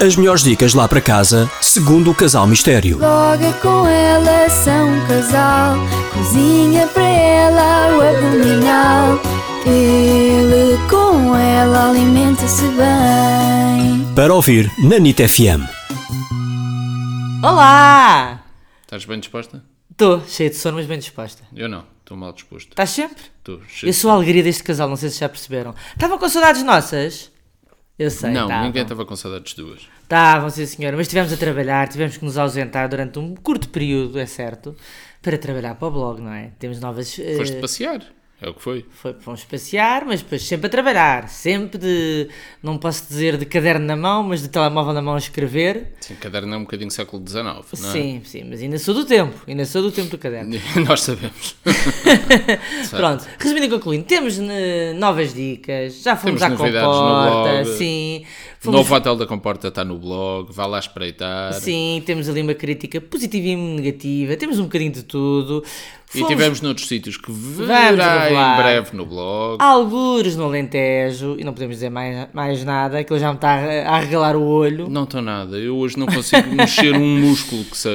As melhores dicas lá para casa, segundo o Casal Mistério. Logo com ela são um casal, cozinha para ela o abdominal. Ele com ela alimenta-se bem. Para ouvir na NIT FM. Olá! Estás bem disposta? Estou cheia de sono, mas bem disposta. Eu não, estou mal disposto. Estás sempre? Estou cheio Eu sou a alegria deste casal, não sei se já perceberam. Estavam com saudades nossas? Eu sei, Não, estavam. ninguém tá- estava com saudades duas. Estavam, sim senhora, mas estivemos a trabalhar, tivemos que nos ausentar durante um curto período, é certo, para trabalhar para o blog, não é? Temos novas... eh, Foste passear, é o que foi. Foi, fomos passear, mas depois sempre a trabalhar, sempre de, não posso dizer de caderno na mão, mas de telemóvel na mão a escrever. Sim, caderno é um bocadinho século XIX, não é? Sim, sim, mas ainda sou do tempo, ainda sou do tempo do caderno. Nós sabemos. Pronto, resumindo e concluindo, temos eh, novas dicas, já fomos à Temos novidades no comporta, blog. sim, O fomos, Novo hotel da Comporta está no blog, vá lá espreitar. sim, temos ali uma crítica positiva e negativa, temos um bocadinho de tudo. E Fomos- tivemos noutros sítios que verá revelar. em breve no blog. Algures no Alentejo, e não podemos dizer mais, mais nada, aquilo já me está a, a regalar o olho. Não estou nada, eu hoje não consigo mexer um músculo que seja.